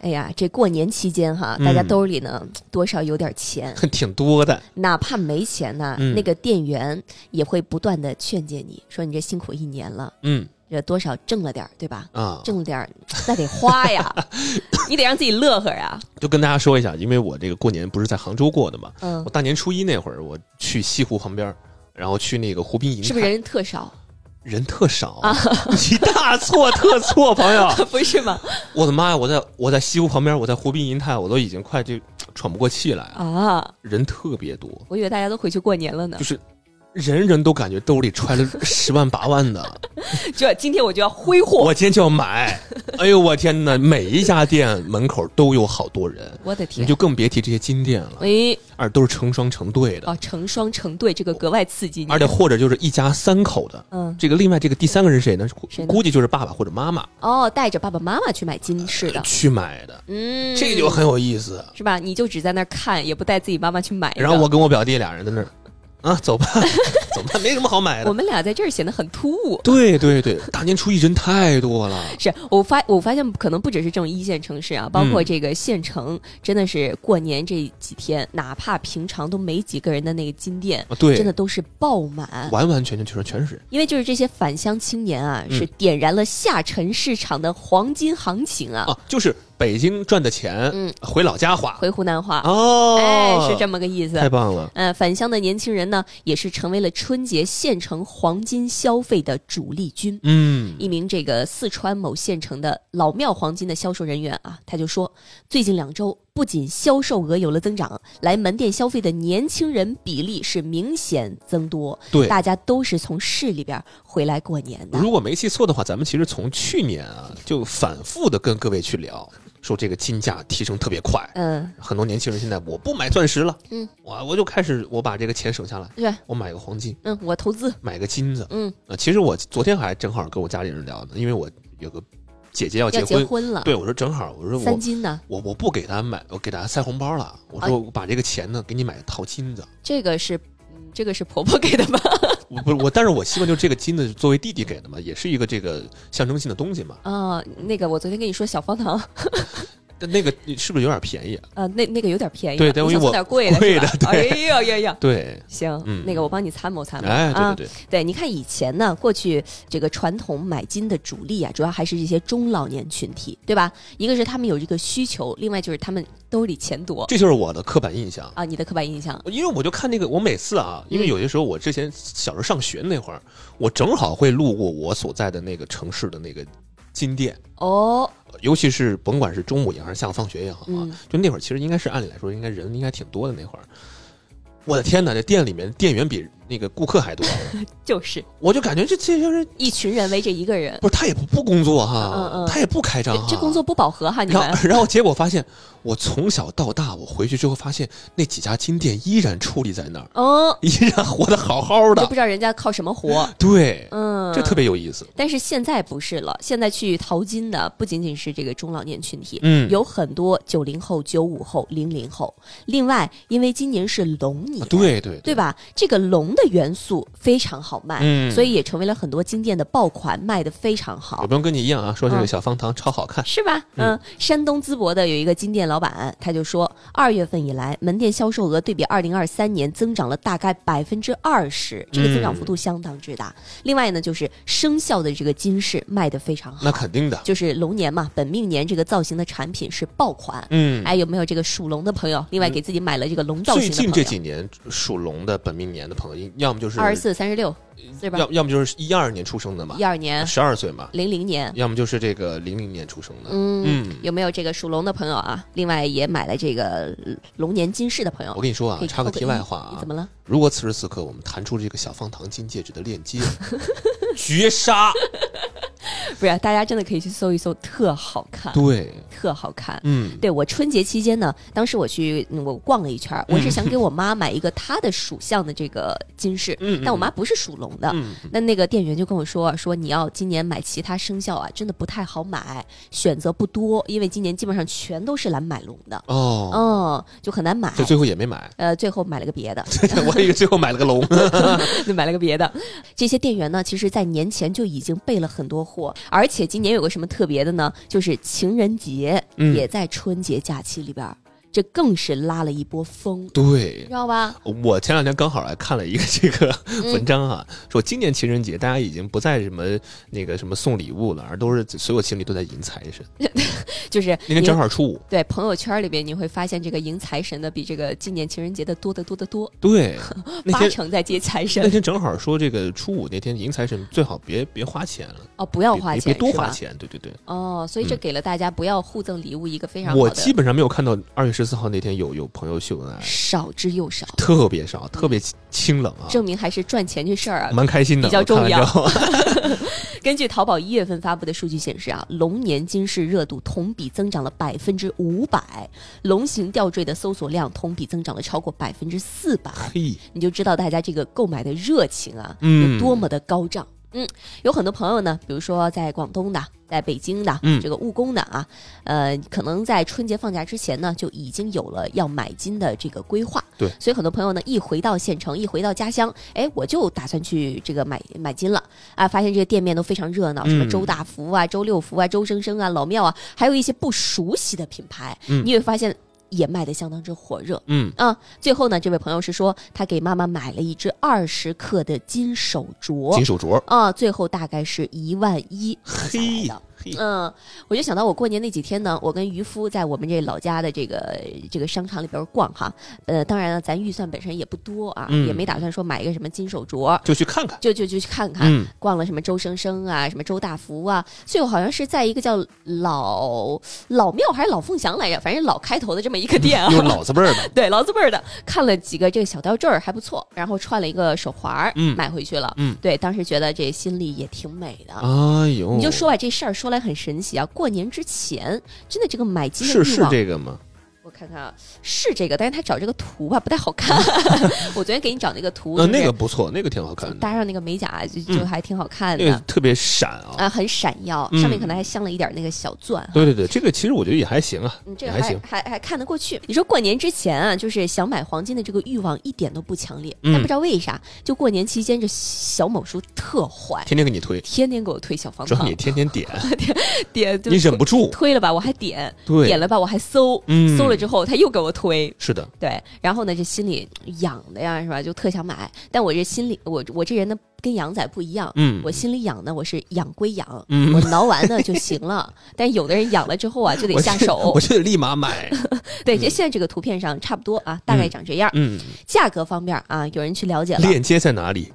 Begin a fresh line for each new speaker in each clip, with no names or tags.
哎呀，这过年期间哈，大家
嗯
兜里呢、多少有点钱，
挺多的，
哪怕没钱呢，
嗯
那个店员也会不断的劝诫你说：“你这辛苦一年了，
嗯
这多少挣了点儿，对吧？
啊，
挣了点儿，那得花 呀，你得让自己乐呵呀。
就跟大家说一下，因为我这个过年不是在杭州过的嘛，
嗯
我，大年初一那会儿，我去西湖旁边儿，然后去那个湖滨银泰，
是不是啊人特少？
人特少？ 你大错特错，朋友！
不是吗？
我的妈呀！我在我在西湖旁边，我在湖滨银泰，我都已经快就喘不过气来了，
啊，
人特别多，
我以为大家都回去过年了呢
就。是人人都感觉兜里揣了十万八万的，
就今 天我就要挥霍。
我今天就要 买。哎呦我天哪！每一家店门口都有好多人，
我的
你
天！
就更别提这些金店了，
喂，
而都是成双成对的，
哦，成双成对，这个格外刺激你
而。且或者就是一家三口的。
嗯，
这个另外这个第三个人是谁呢？
谁呢
估计就是爸爸或者妈妈
哦，带着爸爸妈妈去买金饰 的，
去买的，
嗯，
这就很有意思。
是吧？你就只在那儿看，也不带自己妈妈去买的。
然后我跟我表弟俩人在那儿， 啊，走吧，走吧，没什么好买
我
的。
们俩在这儿显得很突兀。
对对对，大年初一人太多了，
是我发我发现，可能不只是这种一线城市啊，包括
嗯
这个县城，真的是过年这几天，哪怕平常都没几个人的那个金店，
啊，对，
真的都是爆满。
完完全全全是全是人。
因为就是这些返乡青年啊，
嗯
是点燃了下沉市场的黄金行情啊。
啊，就是北京赚的钱，
嗯
回老家花。
回湖南话，
哦，
哎，是这么个意
太
思。
棒了。
嗯、返乡的年轻人呢，也是成为了春节县城黄金消费的主力军。
嗯，
一名这个四川某县城的老庙黄金的销售人员啊，他就说，最近两周不仅销售额有了增长，来门店消费的年轻人比例是明显增多，
对。
大家都是从市里边回来过年的。
如果没记错的话，咱们其实从去年啊就反复的跟各位去聊，说这个金价提升特别快，
嗯，
很多年轻人现在我不买钻石了，
嗯，
我我就开始我把这个钱省下来，
对，
我买个黄金，
嗯，我投资，
买个金子，
嗯，
啊，其实我昨天还正好跟我家里人聊呢，因为我有个姐姐要
要
结
结
婚，
婚了，
对我说正好，我说
三哎
我
金呢？
我我不给她买，我给她塞红包了，我说我把这个钱呢给你买套金子，
这个是，嗯这个是婆婆给的吧？
我不是我，但是我希望就这个金子作为弟弟给的嘛，也是一个这个象征性的东西嘛，
啊、那个我昨天跟你说小方糖，
但那个是不是有点便宜？
呃，那那个有点便宜了，
对对
你
因
想
为
送
我
点贵的，
贵
是吧
的对
哎呀呀呀，
对，
行，
嗯
那个我帮你参谋参谋，
哎，
啊
对对对，
对，你看以前呢，过去这个传统买金的主力啊，主要还是这些中老年群体，对吧？一个是他们有这个需求，另外就是他们兜里钱多
这就是我的刻板印象。
啊。你的刻板印象，
因为我就看那个，我每次啊，因为
嗯
有些时候我之前小时候上学那会儿，我正好会路过我所在的那个城市的那个金店，
哦，
尤其是甭管是中午也好，还是下午放学也好啊，
嗯
就那会儿其实应该是按理来说应该人应该挺多的那会儿，我的天哪，这店里面店员比那个顾客还 多，
就是
我就感觉这这些人
一群人围着一个人，
不是他也不不工作哈，
嗯嗯
他也不开张
这
哈，
这工。作不饱和哈，你
然
们
后， 然后结果发现，我从小到大，我回去之后发现那几家金店依然矗立在那儿，
嗯，
依然活得好好
都
的
不。知道人家靠什么活，
对，
嗯，
这特别有意思。
但是现在不是了，现在去淘金的不仅仅是这个中老年群体，
嗯
有很多九零后、九五后、零零后。另外，因为今年是龙年，
啊对对
对，吧？这个龙的元素非常好卖，
嗯
所以也成为了很多金店的爆款，卖的非常
我
好。
不用跟你一样啊，说这个
嗯
小方糖超好看。
是吧？嗯，山东淄博的有一个金店老板，他就说，二月份以来，门店销售额对比二零二三年增长了大概百分之二十，这个增长幅
嗯
度相当之大。另外呢，就是生肖的这个金饰卖的非常好，
那肯定的，
就是龙年嘛，本命年这个造型的产品是爆款。
嗯，
哎，有没有这个属龙的朋友？另外给自己买了这个龙造型
最
的朋友。
近这几年属龙的本命年的朋友，应你要么就是
二十四、三十六、对吧
要啊要么就是一二年出生的嘛
一，二年、
十二岁嘛，
零零年，
要么就是这个零零年出生的。
嗯，
嗯
有没有这个属龙的朋友啊？另外也买了这个龙年金饰的朋友
我，跟你说啊
可以，
插个
扣
题
一
外话
你
啊
怎，么了？
如果此时此刻我们弹出这个小方糖金戒指的链 接，绝杀！
不是，大家真的可以去搜一搜，特好看，
对，
特好看。
嗯，
对我春节期间呢，当时我去嗯我逛了一圈儿，我是想给我妈买一个她的属相的这个金饰，
嗯嗯
但我妈不是属龙的。
嗯
那那个店员就跟我说说你要今年买其他生肖啊，真的不太好买，选择不多，因为今年基本上全都是蓝买龙的，
哦，
嗯，就很难买
这。最后也没买，
呃，最后买了个别的，
我还以为最后买了个龙。
就买了个别的。这些店员呢，其实在年前就已经备了很多货，而且今年有个什么特别的呢？就是情人节
嗯
也在春节假期里边儿，这更是拉了一波风，
对
知，道 吧？嗯
我前两天刚好还看了一个这个文章啊，说今年情人节大家已经不再什么那个什么送礼物了，而都是所有情侣都在迎财神。
就是
那天
你
正好初五，
对朋友圈里边，你会发现这个迎财神的比这个今年情人节的多得多得多，
对， 那
八
天
成在接财
那
神
天正好说这个初五那天迎财神最好别别花钱了，
哦，不要
别
花
别
钱，
别多
是
花
吧
钱，对对对。
哦，所以这给了大家不要互赠礼物一个非常好
我
的
基本上没有看到二月十四号那天有有朋友秀恩爱，
少之又少，
特别少，特别清冷啊，
证明还是赚钱这事儿啊，
蛮开心的，
比较重要
我 看完之后
根据淘宝一月份发布的数据显示啊，龙年金饰热度同比增长了百分之五百，龙形吊坠的搜索量同比增长了超过百分之四百，
嘿，
你就知道大家这个购买的热情啊，
嗯
有多么的高涨。嗯，有很多朋友呢，比如说在广东的，在北京的，
嗯
这个务工的啊，呃，可能在春节放假之前呢，就已经有了要买金的这个规划。
对
所以很多朋友呢，一回到县城，一回到家乡，哎，我就打算去这个买买金了啊！发现这个店面都非常热闹，什么
嗯
周大福啊、周六福啊、周生生啊、老庙啊，还有一些不熟悉的品牌，
嗯
你会发现也卖得相当之火热。
嗯，
啊，最后呢，这位朋友是说他给妈妈买了一只二十克的金手镯
金手镯，
啊，最后大概是一万一
嘿
的。
嘿，
嗯，我就想到我过年那几天呢，我跟渔夫在我们这老家的这个这个商场里边逛哈，呃，当然了，咱预算本身也不多啊，
嗯
也没打算说买一个什么金手镯，
就去看看，
就就就去看看，
嗯，
逛了什么周生生啊，什么周大福啊，最后好像是在一个叫老老庙还是老凤祥来着，反正老开头的这么一个店啊，
有老字辈儿 的，
对，劳资辈儿的，看了几个这个小吊坠儿还不错，然后串了一个手环儿，
嗯
买回去了。
嗯
对，当时觉得这心里也挺美的。
哎呦，
你就说吧，啊这事儿说来很神奇啊！过年之前，真的这个买金的欲
是
望，
是这个吗？
我看看啊，是这个，但是他找这个图吧不太好 看。我昨天给你找那个图，
呃，
就是
那个不错，那个挺好看的，
搭上那个美甲啊就就
嗯
还挺好看
那
的
个特别闪啊。
啊，很闪耀，
嗯
上面可能还镶了一点那个小钻哈。
对对对，这个其实我觉得也还行啊
嗯，，这
也
个
还
还
行。
还还看得过去。你说过年之前啊，就是想买黄金的这个欲望一点都不强烈，
嗯
但不知道为啥，就过年期间这小某叔特坏，
天天给你推，
天天给我推小方
主要
糖
你，天天点，
点
你忍不住。
推了吧，我还点，
对，
点了吧，我还搜，
嗯
搜了之后他又给我推，
是的，
对，然后呢，这心里痒的呀，是吧？就特想买，但我这心里，我我这人呢跟羊仔不一样，
嗯
我心里痒呢，我是痒归痒，
嗯
我挠完呢就行了， 但有的人痒了之后啊，就得
我
下
就
手，
我就得立马 买。
对，这现在这个图片上差不多啊，大概长这样。
嗯，
价格方面啊，有人去了解了，
链接在哪里？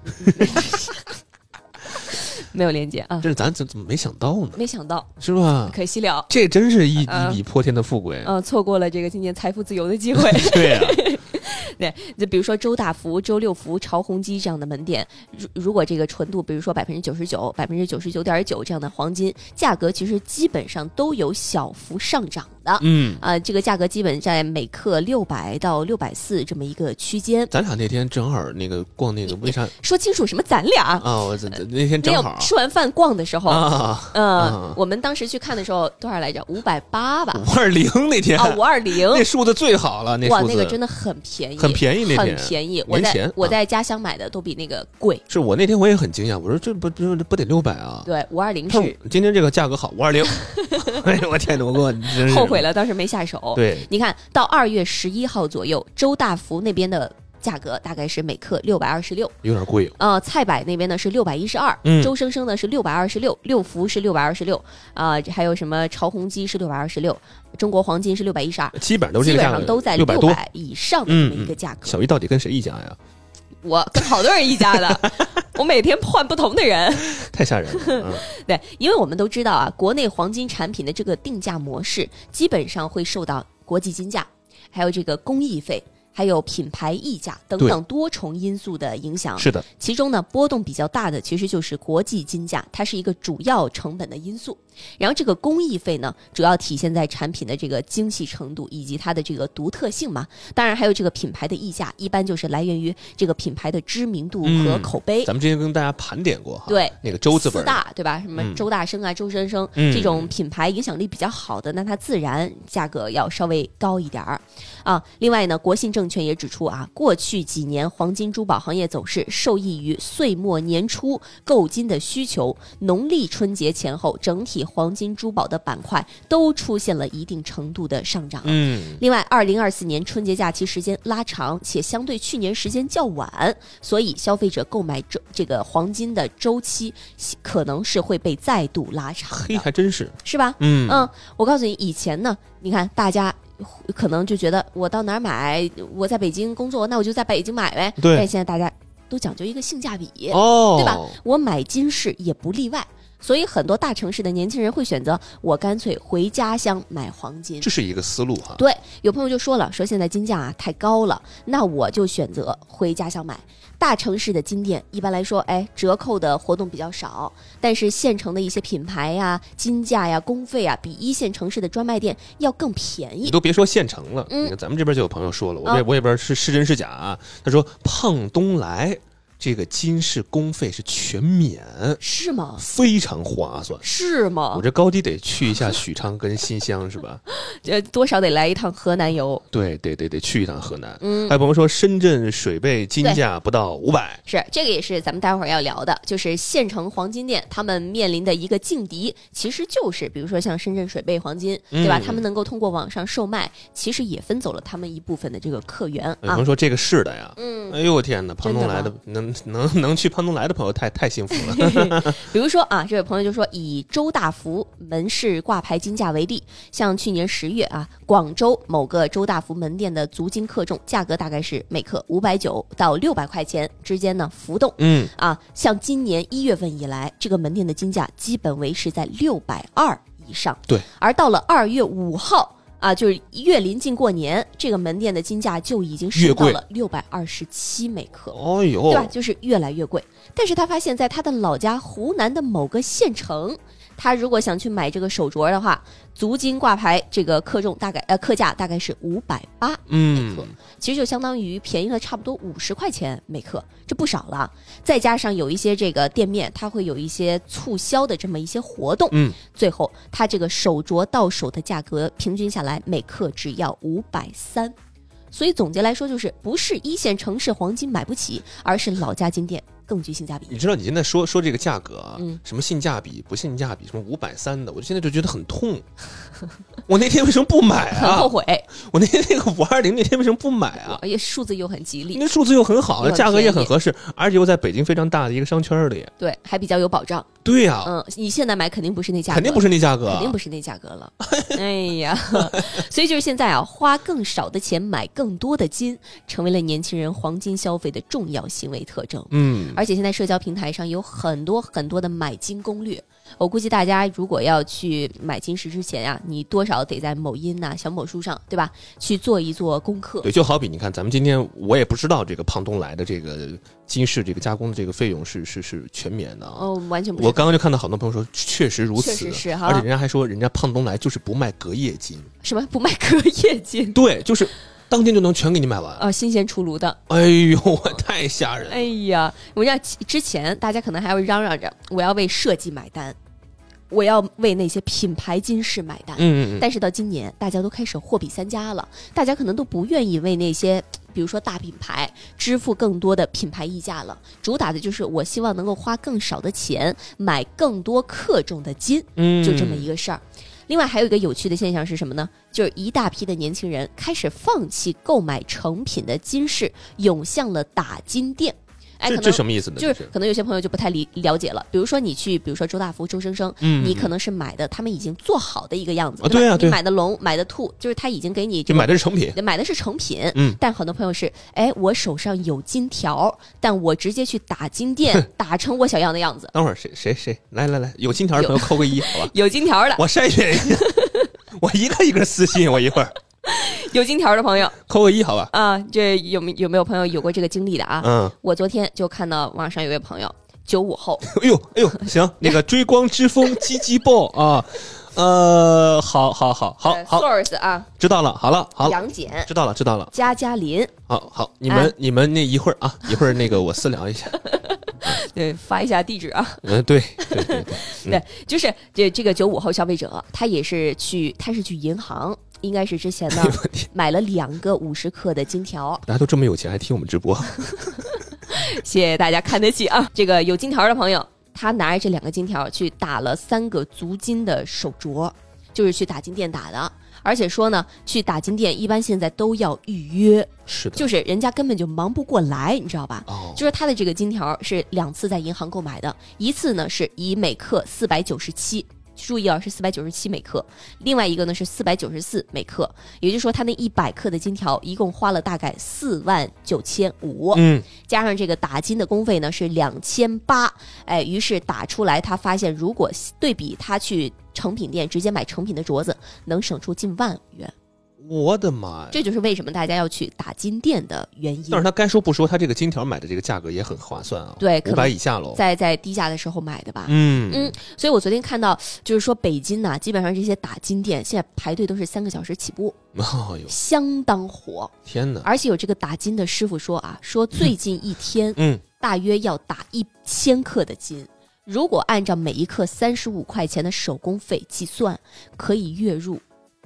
没有链接啊，
这是咱怎怎么没想到呢？
没想到，
是吧？
可惜了，
这真是一
呃
一笔泼天的富贵。
嗯、错过了这个今年财富自由的机 会。
对 啊，
对，就比如说周大福、周六福、潮宏基这样的门店，如如果这个纯度，比如说百分之九十九、百分之九十九点九这样的黄金，价格其实基本上都有小幅上涨的。
嗯，
啊、这个价格基本在每克六百到六百四这么一个区间。
咱俩那天正好那个逛那个为啥
说清楚什么？咱俩
啊？我这这那天
没
正
有
好
吃完饭逛的时候，
啊，
嗯
嗯，
我们当时去看的时候多少来着？五百八吧，
五二零那天
啊，五二零。
那数字最好了，那
哇，
数
那个真
字
的很便宜，
很便宜那
很
天
便宜。我
年前
在
啊
我在家乡买的都比那个贵。
是我那天我也很惊讶，我说这不这不得六百啊？
对，五二零
他
是
今天这个价格好，五 二零，哎呦我天哪，我给我真是
后悔。了，当时没下手。，
对，
你看到二月十一号左右，周大福那边的价格大概是每克六百二十六，
有点贵哦。
呃，菜百那边呢是六百一十二
嗯，
周生生呢是六百二十六，六福是六百二十六，啊，还有什么潮宏基是六百二十六，中国黄金是六百一十二。
基本上都是这
基
个
本
价
上
格，
都在
六
六
百多。
百以上的这么
嗯
一个价格，
小姨到底跟谁一家呀？
我跟好多人一家 的，我每天换不同的人。
太吓人了。 嗯
对，因为我们都知道啊，国内黄金产品的这个定价模式，基本上会受到国际金价、还有这个工艺费、还有品牌溢价等等多重因素的影响。
嗯是的，
其中呢，波动比较大的其实就是国际金价，它是一个主要成本的因素。然后这个工艺费呢，主要体现在产品的这个精细程度以及它的这个独特性嘛。当然还有这个品牌的溢价，一般就是来源于这个品牌的知名度和
嗯
口碑。
咱们之前跟大家盘点过哈，
哎对，
那个周字
四
本，
大对吧？什么
嗯
周大生啊、周生生、
嗯
这种品牌影响力比较好的，那它自然价格要稍微高一点儿啊。另外呢，国信证券也指出啊，过去几年黄金珠宝行业走势受益于岁末年初购金的需求，农历春节前后，整体黄金珠宝的板块都出现了一定程度的上涨。
嗯，
另外，二零二四年春节假期时间拉长，且相对去年时间较晚，所以消费者购买周这个黄金的周期可能是会被再度拉长
嘿，
的，
还真是，
是吧？
嗯
嗯，我告诉你，以前呢，你看大家。可能就觉得我到哪儿买，我在北京工作，那我就在北京买呗。
对
但现在大家都讲究一个性价比，
哦，
对吧？我买金饰也不例外，所以很多大城市的年轻人会选择我干脆回家乡买黄金。
这是一个思路哈，
对，有朋友就说了，说现在金价啊太高了，那我就选择回家乡买。大城市的金店一般来说，哎，折扣的活动比较少，但是县城的一些品牌呀、金价呀、工费啊，比一线城市的专卖店要更便
你
宜。
都别说县城了，
嗯
你看咱们这边就有朋友说了，我
啊
这我这边是是真是假啊？他说胖东来这个金饰工费是全免，
是吗？
非常划算。
是吗
我？这高低得去一下许昌跟新乡是 吧？
呃，多少得来一趟河南游。
对，得得得去一趟河南。
嗯
还，有朋友说深圳水贝金
对
价不到五百，
是这个也是咱们待会儿要聊的，就是县城黄金店他们面临的一个劲敌，其实就是比如说像深圳水贝黄金，对吧？
嗯
他们能够通过网上售卖，其实也分走了他们一部分的这个客源
有朋友
啊。
说这个哎是的呀。
嗯，
哎呦我天哪，胖东来
真
的
的吗
能能能去胖东来的朋友太太幸福了。
比如说啊，这位朋友就说，以周大福门市挂牌金价为例，像去年十月啊，广州某个周大福门店的足金克重价格大概是每克五百九到六百块钱之间呢浮动。
嗯，
啊，像今年一月份以来，这个门店的金价基本维持在六百二以上。
对，
而到了二月五号啊，就是越临近过年，这个门店的金价就已经
越
升到
贵
了六百二十七每克。
哦
对吧？
呦，
就是越来越贵。但是他发现，在他的老家湖南的某个县城，他如果想去买这个手镯的话，足金挂牌这个克重大概呃克价大概是五百八，
嗯，
其实就相当于便宜了差不多五十块钱每克，这不少了。再加上有一些这个店面，它会有一些促销的这么一些活动，
嗯，
最后它这个手镯到手的价格平均下来每克只要五百三。所以总结来说，就是不是一线城市黄金买不起，而是老家金店更具性价比。
你知道你现在说说这个价格啊，
嗯
什么性价比、不性价比，什么五百三的，我现在就觉得很 痛。我那天为什么不买
很
啊
后？悔，
我那天那个五二零那天为什么不买啊？
而且数字又很吉利，
那数字又很好
又，很
价格也
便
很
宜
合适，而且又在北京非常大的一个商圈里。
对，还比较有保障。
对呀、
嗯，你现在买肯定不是嗯那价格，
肯定不是那价格，
肯定不是那价格了。 哎呀， 所以就是现在啊，花更少的钱买更多的金，成为了年轻人黄金消费的重要行为特征。
嗯，
而且现在社交平台上有很多很多的买金攻略，我估计大家如果要去买金石之前啊，你多少得在某音呐、小某书上，对吧？去做一做功课。
对，就好比你看，咱们今天我也不知道这个胖东来的这个金饰这个加工的这个费用是是是全免的啊。
哦，完全不
我
是，
刚刚就看到很多朋友说，确实如
确
此，
实是哈
而且人家还说，人家胖东来就是不卖隔夜金，
什么不卖隔夜金
对，就是当天就能全给你买完。
啊，新鲜出炉的。
哎呦，我太吓人了！
哎呀，我要之前大家可能还会嚷嚷着我要为设计买单，我要为那些品牌金饰买单。
嗯嗯嗯，
但是到今年，大家都开始货比三家了，大家可能都不愿意为那些。比如说大品牌支付更多的品牌溢价了，主打的就是我希望能够花更少的钱买更多克重的金，
嗯
就这么一个事儿。另外还有一个有趣的现象是什么呢？就是一大批的年轻人开始放弃购买成品的金饰，涌向了打金店。哎，
这
可
这
能
什么意思呢？
就是可能有些朋友就不太理了解了。比如说你去，比如说周大福、周生生，
嗯
你可能是买的他们已经做好的一个样子，
啊
对吧
对啊对
你买的龙、买的兔，就是他已经给你
就
这个
买的是成品，
买的是成品。
嗯
但很多朋友是，哎，我手上有金条，但我直接去打 金店，打成我想要的样子。
等会儿谁谁谁来来来，有金条的朋友扣个一，好吧？
有金条的，
我筛选一下， 我一个一个私信，我一会儿
有金条的朋友
扣个一，好吧？
啊，这有没有没有朋友有过这个经历的啊？
嗯，
我昨天就看到网上有位朋友，九五后，
哎呦哎呦，行，那个追光之风鸡鸡爆啊，呃，好好好好好，
，source 啊，
知道了，好了好了，
杨戬、
知道了知道了，
加加林，
好好，你们
啊
你们那一会儿啊，一会儿那个我私聊一下，
对，发一下地址啊，
嗯，对对对对，
对，就是这这个九五后消费者，他也是去，他是去银行，应该是之前 呢买了两个五十克的金条，
大家都这么有钱，还听我们直播，
谢谢大家看得起啊，这个有金条的朋友，他拿着这两个金条去打了三个足金的手镯，就是去打金店打的。而且说呢，去打金店一般现在都要预约，
是的，
就是人家根本就忙不过来，你知道吧？
哦，
就是他的这个金条是两次在银行购买的，一次呢是以每克四百九十七。注意啊，是四百九十七每克，另外一个呢是四百九十四每克，也就是说他那一百克的金条一共花了大概四万九千五，
嗯，
加上这个打金的工费呢是两千八，哎，于是打出来他发现，如果对比他去成品店直接买成品的镯子，能省出近万元，
我的妈呀！
这就是为什么大家要去打金店的原因。
但是他该说不说，他这个金条买的这个价格也很划算啊，
对可
五
能
百以下喽。
在在低价的时候买的吧，
嗯
嗯，所以我昨天看到，就是说北京呐、基本上这些打金店现在排队都是三个小时起步，
哎呦
相当火。
天哪！
而且有这个打金的师傅说啊，说最近一天
嗯，
大约要打一千克的金，如果按照每一克三十五块钱的手工费计算，可以月入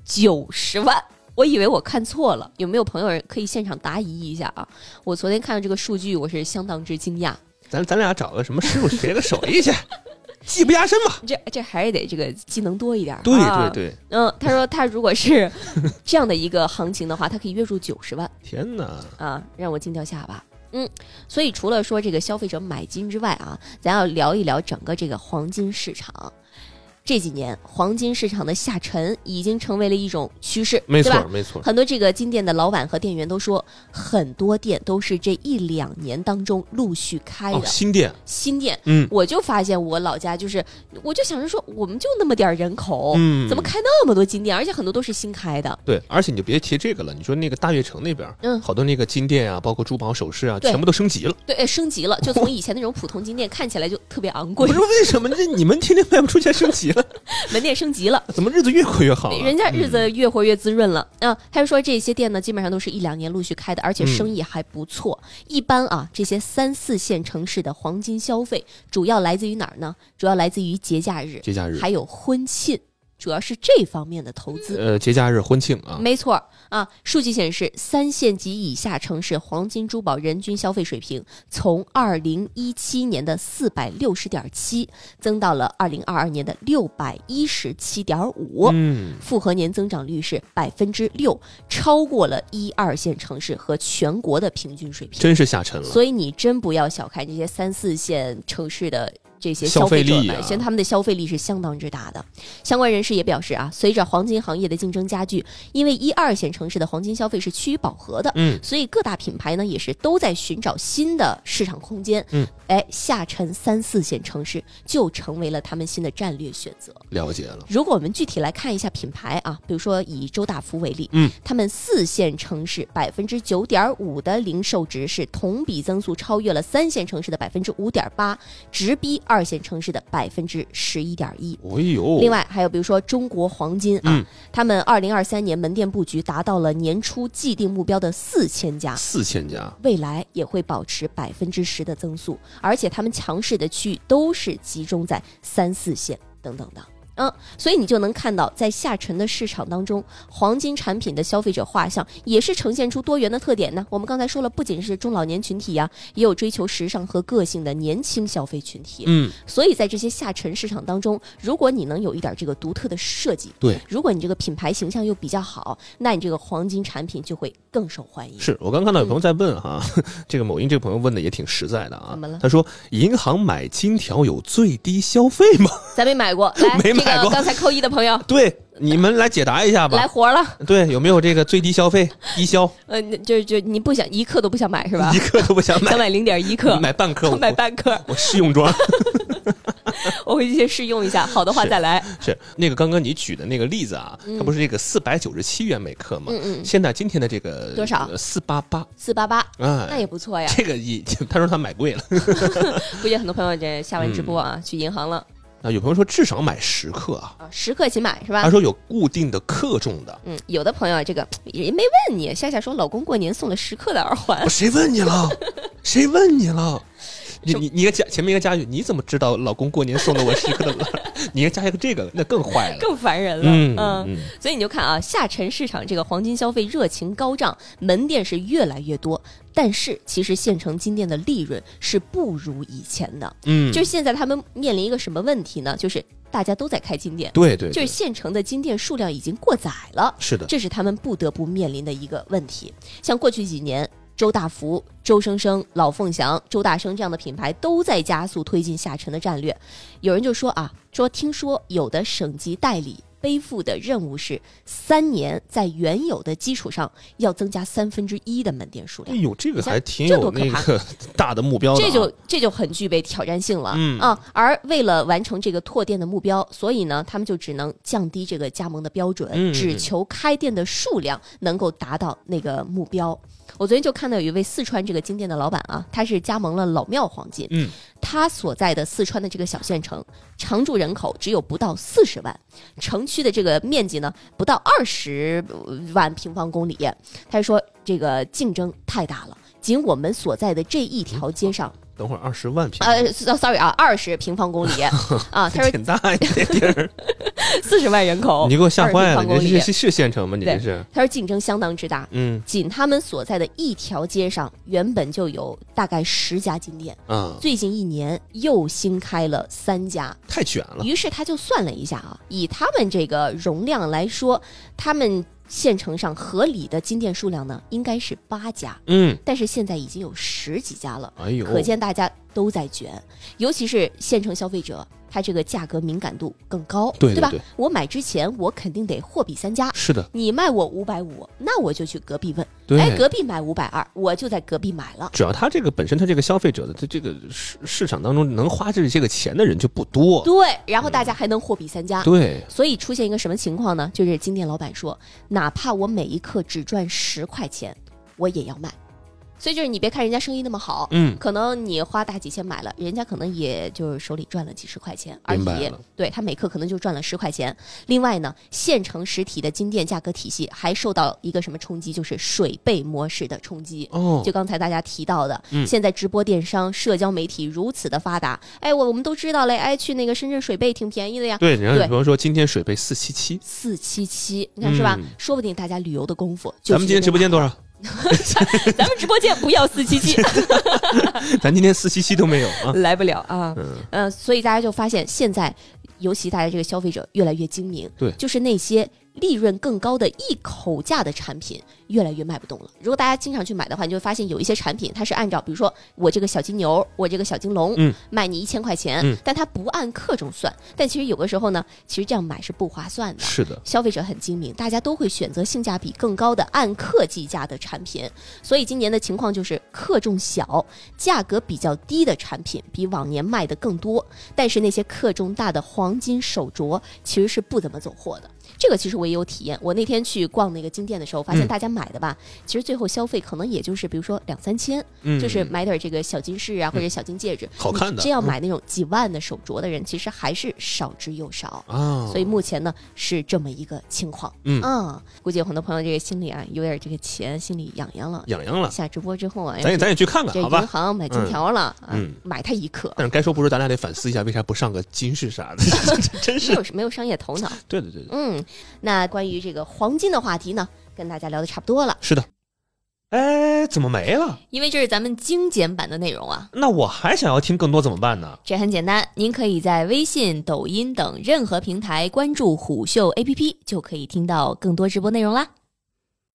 九十万。我以为我看错了，有没有朋友可以现场答疑一下啊？我昨天看到这个数据，我是相当之惊讶。
咱咱俩找个什么师傅学个手艺去， 技不压身嘛。
这这还是得这个技能多一点儿啊。
对对对，
嗯，他说他如果是 这样的一个行情的话，他可以月入九十万
天哪！
啊，让我惊掉下巴。嗯，所以除了说这个消费者买金之外啊，咱要聊一聊整个这个黄金市场。这几年黄金市场的下沉已经成为了一种趋势，
没
对
错
吧？
没错，
很多这个金店的老板和店员都说，很多店都是这一两年当中陆续开
哦，
的
新店，
新店。
嗯
我就发现我老家就是，我就想着说，我们就那么点儿人口，
嗯，
哦怎么？开那么多金店，而且很多都是新开的。
对，而且你就别提这个了，你说那个大悦城那边，
嗯
好多那个金店啊，包括珠宝首饰啊，
对
全部都升级了。
对，哎升级了，就从以前那种普通金店看起来就特别昂
我
贵，
说为什么这你们天天卖不出去，还升级了？
门店升级了，
怎么日子越过越好啊？
人家日子越活越滋润了。啊，他就说这些店呢，基本上都是一两年陆续开的，而
嗯
且生意还不错。一般啊，这些三四线城市的黄金消费主要来自于哪儿呢？主要来自于节假日，
节假日，
还有婚庆，主要是这方面的投资。
呃，节假日婚庆啊，
没错儿啊，数据显示，三线及以下城市黄金珠宝人均消费水平从二零一七年的四百六十点七增到了二零二二年的六百一十七点五。
嗯，
复合年增长率是百分之六，超过了一二线城市和全国的平均水平。
真是下沉了。
所以你真不要小看这些三四线城市的这些
消
消费
费
者
力
们，
啊
现在他们的消费力是相当之大的。相关人士也表示啊，随着黄金行业的竞争加剧，因为一二线城市的黄金消费是趋于饱和的，
嗯，
所以各大品牌呢也是都在寻找新的市场空间，
嗯，
哎，下沉三四线城市就成为了他们新的战略选择。
了解了。
如果我们具体来看一下品牌啊，比如说以周大福为例，
嗯，
他们四线城市百分之九点五的零售值是同比增速超越了三线城市的百分之五点八，直逼二线城市的百分之十一点一。
哎呦，
另外还有比如说中国黄金啊，
嗯
他们二零二三年门店布局达到了年初既定目标的四千家，
四千家，
未来也会保持百分之十的增速，而且他们强势的区域都是集中在三四线等等的。嗯，所以你就能看到，在下沉的市场当中，黄金产品的消费者画像也是呈现出多元的特点呢。我们刚才说了，不仅是中老年群体呀、也有追求时尚和个性的年轻消费群体。
嗯，
所以在这些下沉市场当中，如果你能有一点这个独特的设计，
对，
如果你这个品牌形象又比较好，那你这个黄金产品就会更受欢迎。
是我刚看到有朋友在问哈、 这个某音这个朋友问的也挺实在的啊。
怎么了
他说银行买金条有最低消费 吗？
咱没买过，来，
没买
这
过
个刚才扣一的朋友
对，你们来解答一下
来
吧。
活了，
对，有没有这个最低消费、 低消，
呃，就就你不想一克都不想买是吧
一？克都不想买
想，买零点 一克，
买半克，我
买半克。
我试用装。
我回去先试用一下，好的话
是
再来。
是那个刚刚你举的那个例子啊，它不是这个四百九十七元每克吗？
嗯嗯
现在今天的这个呃
多少
四八八，
四八八，那
哎，
也不啊错呀。
这个也他说他买贵了。
估计很多朋友这下完直播
嗯
啊，去银行了
啊，有朋友说至少买十克啊，
啊，十克起买是吧
他？说有固定的克重 的。
嗯，有的朋友这个也没问你，夏夏说老公过年送了十克的耳环
我，谁问你了？谁问你了？你
什么
你你应该加前面应该加一句，你怎么知道老公过年送了我十克的了？ 你应该加一个这个，那更坏了。
更烦人了。
嗯
嗯，
嗯，
所以你就看啊，下沉市场这个黄金消费热情高涨，门店是越来越多，但是其实县城金店的利润是不如以前的。
嗯
就是现在他们面临一个什么问题呢？就是大家都在开金店，
对对，
就
对
是县城的金店数量已经过载了。
是的，
这是他们不得不面临的一个问题。像过去几年，周大福、周生生、老凤祥、周大生这样的品牌都在加速推进下沉的战略。有人就说啊，说听说有的省级代理。背负的任务是三年在原有的基础上要增加三分之一的门店数
哎
量，
呦，这个还挺
这
有
多可
那
怕
个大的目标的啊、
这就这就很具备挑战性了、
嗯
啊！而为了完成这个拓店的目标，所以呢，他们就只能降低这个加盟的标准，
嗯嗯
只求开店的数量能够达到那个目标。我昨天就看到有一位四川这个金店的老板啊，他是加盟了老庙黄金，
嗯，
他所在的四川的这个小县城，常住人口只有不到四十万，城区的这个面积呢不到二十万平方公里。他说这个竞争太大了，仅我们所在的这一条
嗯
街上，
等会儿二十万平，
呃，so-，sorry 啊，二十平 方公里啊，他说哦
挺大一点地 儿，
四十万人口，
你给我吓坏
20
了，
平方公
你
里
这是是县城吗？你这
对
是，
他说竞争相当之大。
嗯
仅他们所在的一条街上，原本就有大概十家金店，
啊，
最近一年又新开了三家，
太卷了，
于是他就算了一下啊，以他们这个容量来说，他们县城上合理的金店数量呢，应该是八家，
嗯，
但是现在已经有十几家了，
哎呦，
可见大家都在卷，尤其是县城消费者，他这个价格敏感度更高，
对对
吧
对？
我买之前，我肯定得货比三家。
是的，
你卖我五百五，那我就去隔壁问，
对，
哎，隔壁买五百二，我就在隔壁买了。
主要他这个本身他这个消费者的这这个市市场当中能花这些个钱的人就不多，
对，然后大家还能货比三家，
对，
所以出现一个什么情况呢？就是金店老板说，哪怕我每一克只赚十块钱，我也要卖。所以就是你别看人家生意那么好，
嗯，
可能你花大几千买了，人家可能也就是手里赚了几十块钱而
明白
已
了。
对他每克可能就赚了十块钱。另外呢，县城实体的金店价格体系还受到一个什么冲击？就是水贝模式的冲击。
哦
就，刚才大家提到的，
嗯
现在直播电商、社交媒体如此的发达，哎，我我们都知道嘞，哎，去那个深圳水贝挺便宜的呀，
对，人家有
对
朋友说今天水贝四七七，
四七七，你看是吧
嗯？
说不定大家旅游的功夫就
咱们今天直播间多少？
是这样，咱们直播间不要四 七七，
咱今天四七七都没有 啊，
来不了啊。
嗯，
呃，所以大家就发现现在，尤其大家这个消费者越来越精明，
对
就是那些利润更高的一口价的产品越来越卖不动了。如果大家经常去买的话，你就会发现有一些产品它是按照，比如说我这个小金牛，我这个小金龙，
嗯
卖你一千块钱，
嗯
但它不按克重算。但其实有的时候呢，其实这样买是不划算的。
是的，
消费者很精明，大家都会选择性价比更高的按克计价的产品。所以今年的情况就是克重小、价格比较低的产品比往年卖的更多，但是那些克重大的黄金手镯其实是不怎么走货的。这个其实我也有体验，我那天去逛那个金店的时候，发现
嗯
大家买买的吧，其实最后消费可能也就是比如说两三千，
嗯，
就是买点这个小金饰啊或者小金戒指，
好看的
你真要买那种几万的手镯的人，其实还是少之又少。
啊，
所以目前呢是这么一个情况，
嗯
估计有很多朋友这个心里啊有点这个钱心里痒痒了。
痒痒了，
下直播之后啊，
嗯咱也咱也去看
这
看，好
银
吧？
行买金条了，啊
嗯，
买它一克，
但是该说不说，咱俩得反思一下，为啥不上个金饰啥 的？这这真
没
是，
有没有商业头脑。
对对对对，
嗯，那关于这个黄金的话题呢，跟大家聊的差不多了，
是的。哎，怎么没了？
因为这是咱们精简版的内容啊。
那我还想要听更多怎么办呢？
这很简单，您可以在微信、抖音等任何平台关注虎嗅 APP，就可以听到更多直播内容啦。